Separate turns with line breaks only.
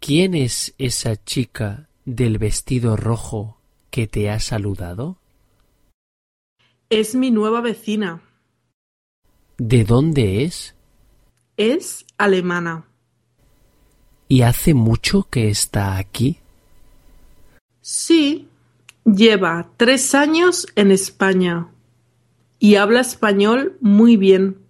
¿Quién es esa chica del vestido rojo que te ha saludado?
Es mi nueva vecina.
¿De dónde es?
Es alemana.
¿Y hace mucho que está aquí?
Sí, lleva tres años en España y habla español muy bien.